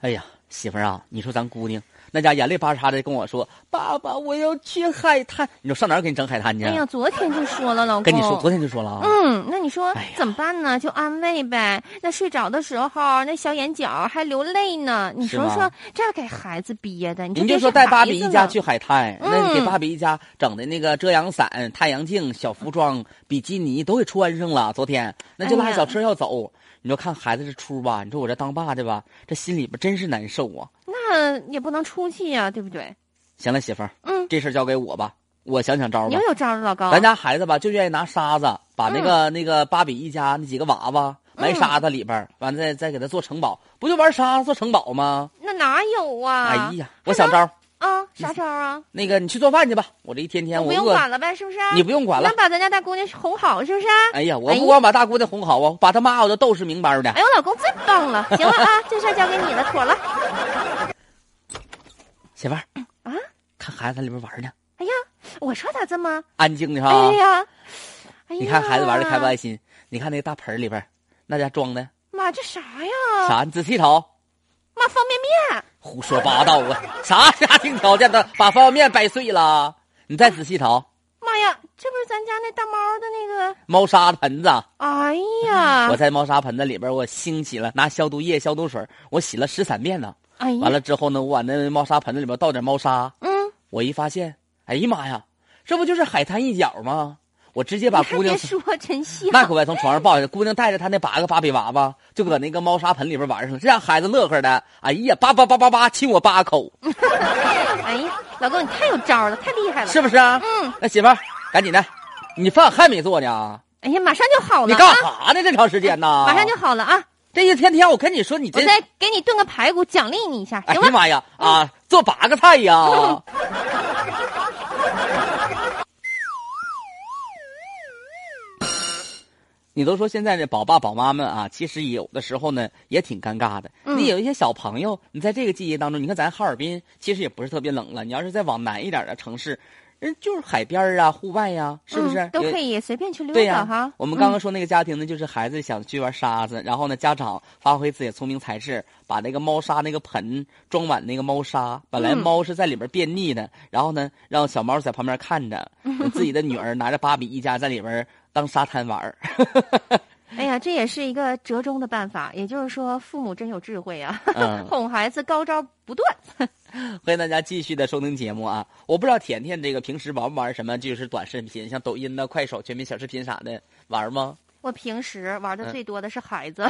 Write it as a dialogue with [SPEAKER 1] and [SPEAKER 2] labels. [SPEAKER 1] 哎呀，媳妇儿啊，你说咱姑娘那家眼泪巴嚓的跟我说：“爸爸，我要去海滩。”你说上哪儿给你整海滩去？啊
[SPEAKER 2] 哎呀，昨天就说了，老公。
[SPEAKER 1] 跟你说，昨天就说了啊。
[SPEAKER 2] 嗯，那你说
[SPEAKER 1] 哎呀
[SPEAKER 2] 怎么办呢？就安慰呗。那睡着的时候，那小眼角还流泪呢。你
[SPEAKER 1] 是
[SPEAKER 2] 说
[SPEAKER 1] 吗
[SPEAKER 2] 说，这给孩子憋的，你
[SPEAKER 1] 你
[SPEAKER 2] 这
[SPEAKER 1] 就说
[SPEAKER 2] 是
[SPEAKER 1] 带
[SPEAKER 2] 孩
[SPEAKER 1] 芭比
[SPEAKER 2] 子
[SPEAKER 1] 一家
[SPEAKER 2] 呢
[SPEAKER 1] 去海滩，那给
[SPEAKER 2] 嗯
[SPEAKER 1] 芭比一家整的那个遮阳伞、太阳镜、小服装、比基尼都给穿上了。昨天那就
[SPEAKER 2] 哎
[SPEAKER 1] 拉
[SPEAKER 2] 呀
[SPEAKER 1] 小车要走，你说看孩子这出吧，你说我这当爸的吧，这心里边真是难受啊。
[SPEAKER 2] 那也不能出去呀、对不对？
[SPEAKER 1] 行了，媳妇儿，
[SPEAKER 2] 嗯，
[SPEAKER 1] 这事儿交给我吧，我想想招儿
[SPEAKER 2] 你
[SPEAKER 1] 吧
[SPEAKER 2] 又。有招了，老高。
[SPEAKER 1] 咱家孩子吧，就愿意拿沙子把那
[SPEAKER 2] 嗯
[SPEAKER 1] 个、那个芭比一家那几个娃娃埋沙子里边儿，完了再再给他做城堡，不就玩沙子做城堡吗？
[SPEAKER 2] 那哪有啊？
[SPEAKER 1] 哎呀，我想招儿，
[SPEAKER 2] 啊，啥招啊？
[SPEAKER 1] 那个你去做饭去吧，我这一天天哎
[SPEAKER 2] 不
[SPEAKER 1] 我
[SPEAKER 2] 用
[SPEAKER 1] 饿，
[SPEAKER 2] 管了呗，是不是？
[SPEAKER 1] 你不用管了
[SPEAKER 2] 那。把咱家大姑娘哄好，是不是？
[SPEAKER 1] 哎呀，我不光把大姑娘哄好啊，把她妈我都逗是明白的
[SPEAKER 2] 哎。呦，老公最棒了！行了啊，这事儿交给你了，妥了。
[SPEAKER 1] 媳妇儿
[SPEAKER 2] 啊，
[SPEAKER 1] 看孩子在里边玩呢，
[SPEAKER 2] 哎呀，我说咋这么？
[SPEAKER 1] 安静的哈
[SPEAKER 2] 哎。呀，哎呀，
[SPEAKER 1] 啊你看孩子玩的开不开？心？你看那个大盆儿里边儿，那家装的
[SPEAKER 2] 妈，这啥呀？
[SPEAKER 1] 啥？你仔细瞅，
[SPEAKER 2] 妈，方便面。
[SPEAKER 1] 胡说八道啊！啥家庭条件的，把方便面掰碎了？你再仔细瞅，
[SPEAKER 2] 妈呀，这不是咱家那大猫的那个？
[SPEAKER 1] 猫砂盆子，
[SPEAKER 2] 哎呀
[SPEAKER 1] 我，在猫砂盆子里边儿我清洗了，拿消毒液、消毒水儿，我洗了十三遍呢。
[SPEAKER 2] 哎呀，
[SPEAKER 1] 完了之后呢，我往那猫砂盆子里边倒点猫砂，
[SPEAKER 2] 嗯，
[SPEAKER 1] 我一发现，哎呀妈呀，这不就是海滩一角吗？我直接
[SPEAKER 2] 你
[SPEAKER 1] 把
[SPEAKER 2] 还
[SPEAKER 1] 姑娘
[SPEAKER 2] 别说，真像。
[SPEAKER 1] 那可把从床上抱下来，姑娘带着她那八个芭比娃娃，就搁那个猫砂盆里边玩上了，这让孩子乐呵的。哎呀，叭叭叭叭叭，亲我八口，
[SPEAKER 2] 嗯哎呀，老公你太有招了，太厉害了。
[SPEAKER 1] 是不是啊？
[SPEAKER 2] 嗯，
[SPEAKER 1] 那媳妇儿，赶紧的，你饭还没做呢？
[SPEAKER 2] 哎呀，马上就好了。啊
[SPEAKER 1] 你干啥呢？这长时间呢？
[SPEAKER 2] 马上就好了啊！
[SPEAKER 1] 这一天天，我跟你说，你
[SPEAKER 2] 我
[SPEAKER 1] 这，
[SPEAKER 2] 再给你炖个排骨奖励你一下，
[SPEAKER 1] 哎
[SPEAKER 2] 行
[SPEAKER 1] 呀
[SPEAKER 2] 吗？
[SPEAKER 1] 妈呀啊，做八个菜呀！
[SPEAKER 2] 嗯
[SPEAKER 1] 你都说现在这宝爸宝妈们啊，其实有的时候呢也挺尴尬的。
[SPEAKER 2] 嗯
[SPEAKER 1] 你有一些小朋友，你在这个季节当中，你看咱哈尔滨其实也不是特别冷了。你要是再往南一点的城市，人就是海边儿啊、户外呀、是不是？
[SPEAKER 2] 嗯都
[SPEAKER 1] 有
[SPEAKER 2] 可以随便去溜
[SPEAKER 1] 对
[SPEAKER 2] 达
[SPEAKER 1] 呀、
[SPEAKER 2] 哈。
[SPEAKER 1] 我们刚刚
[SPEAKER 2] 嗯
[SPEAKER 1] 说那个家庭呢，就是孩子想去玩沙子，然后呢，家长发挥自己的聪明才智，把那个猫砂那个盆装满那个猫砂。本来
[SPEAKER 2] 嗯
[SPEAKER 1] 猫是在里边便溺 的，然后呢，让小猫在旁边看着，自己的女儿拿着芭比一家在里边当沙滩玩 儿。
[SPEAKER 2] 哎呀，这也是一个折中的办法，也就是说，父母真有智慧啊，
[SPEAKER 1] 嗯
[SPEAKER 2] 哄孩子高招不断。
[SPEAKER 1] 欢迎大家继续的收听节目啊！我不知道甜甜这个平时玩不玩什么，就是短视频，像抖音呐、快手、全民小视频啥的，玩吗？
[SPEAKER 2] 我平时玩的
[SPEAKER 1] 嗯
[SPEAKER 2] 最多的是孩子。